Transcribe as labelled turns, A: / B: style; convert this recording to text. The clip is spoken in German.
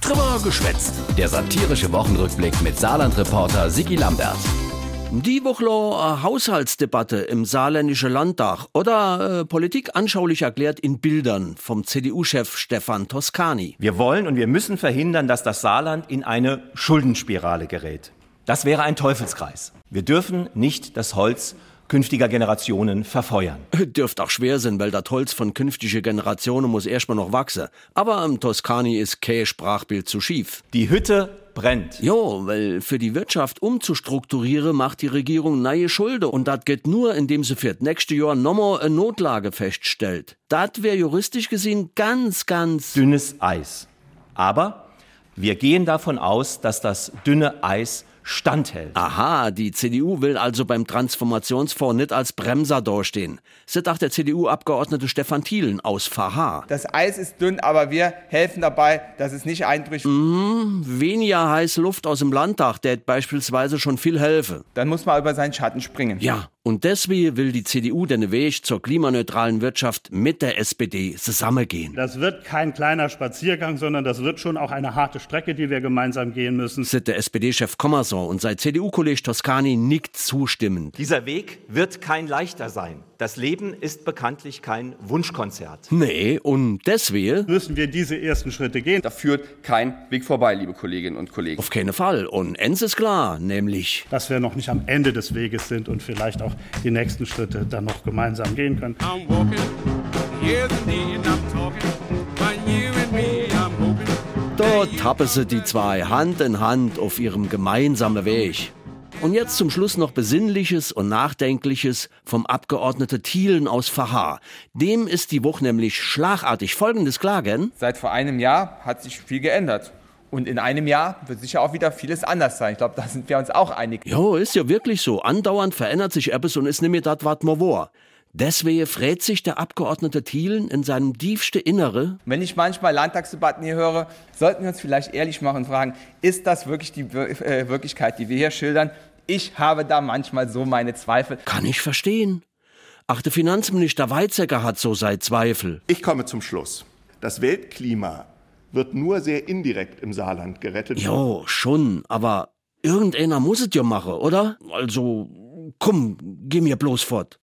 A: Drüber geschwätzt. Der satirische Wochenrückblick mit Saarland-Reporter Sigi Lambert.
B: Die Wochler äh, Haushaltsdebatte im saarländischen Landtag oder äh, Politik anschaulich erklärt in Bildern vom CDU-Chef Stefan Toscani.
C: Wir wollen und wir müssen verhindern, dass das Saarland in eine Schuldenspirale gerät. Das wäre ein Teufelskreis. Wir dürfen nicht das Holz künftiger Generationen verfeuern.
B: Dürft auch schwer sein, weil das Holz von künftigen Generationen muss erstmal noch wachsen. Aber am Toscani ist kein Sprachbild zu schief.
C: Die Hütte brennt.
B: Jo, weil für die Wirtschaft umzustrukturieren macht die Regierung neue Schulden und das geht nur, indem sie für das nächste Jahr nochmal eine Notlage feststellt. Das wäre juristisch gesehen ganz, ganz.
C: Dünnes Eis. Aber wir gehen davon aus, dass das dünne Eis standhält.
B: Aha, die CDU will also beim Transformationsfonds nicht als Bremser dastehen. Sie dachte der CDU-Abgeordnete Stefan Thielen aus Fahar.
D: Das Eis ist dünn, aber wir helfen dabei, dass es nicht einbricht.
B: Weniger heiße Luft aus dem Landtag, der hätte beispielsweise schon viel helfe.
D: Dann muss man über seinen Schatten springen.
B: Ja, und deswegen will die CDU den Weg zur klimaneutralen Wirtschaft mit der SPD zusammengehen.
E: Das wird kein kleiner Spaziergang, sondern das wird schon auch eine harte Strecke, die wir gemeinsam gehen müssen.
B: Sind der SPD-Chef Kommerson und sein CDU-Kollege Toscani nickt zustimmend.
C: Dieser Weg wird kein leichter sein. Das Leben ist bekanntlich kein Wunschkonzert.
B: Nee, und deswegen
E: Müssen wir diese ersten Schritte gehen.
D: Da führt kein Weg vorbei, liebe Kolleginnen und Kollegen.
B: auf keinen Fall. Und eins ist klar, nämlich
E: Dass wir noch nicht am Ende des Weges sind und vielleicht auch die nächsten Schritte dann noch gemeinsam gehen können.
F: I'm walking. Yes, indeed, I'm talking. But you and me, I'm hoping.
B: Dort tappen sie die zwei Hand in Hand auf ihrem gemeinsamen Weg. Und jetzt zum Schluss noch Besinnliches und Nachdenkliches vom Abgeordneten Thielen aus Fahar. Dem ist die Woche nämlich schlagartig folgendes klar, gell?
D: Seit vor einem Jahr hat sich viel geändert. Und in einem Jahr wird sicher auch wieder vieles anders sein. Ich glaube, da sind wir uns auch einig.
B: Jo, ist ja wirklich so. Andauernd verändert sich etwas und ist nicht mehr das, was man war. Deswegen frät sich der Abgeordnete Thielen in seinem tiefsten Innere.
D: Wenn ich manchmal Landtagsdebatten hier höre, sollten wir uns vielleicht ehrlich machen und fragen, ist das wirklich die Wir- äh, Wirklichkeit, die wir hier schildern? Ich habe da manchmal so meine Zweifel.
B: Kann ich verstehen. Ach, der Finanzminister Weizsäcker hat so sein Zweifel.
G: Ich komme zum Schluss. Das Weltklima wird nur sehr indirekt im Saarland gerettet.
B: Jo, schon, aber irgendeiner muss es ja machen, oder? Also, komm, geh mir bloß fort.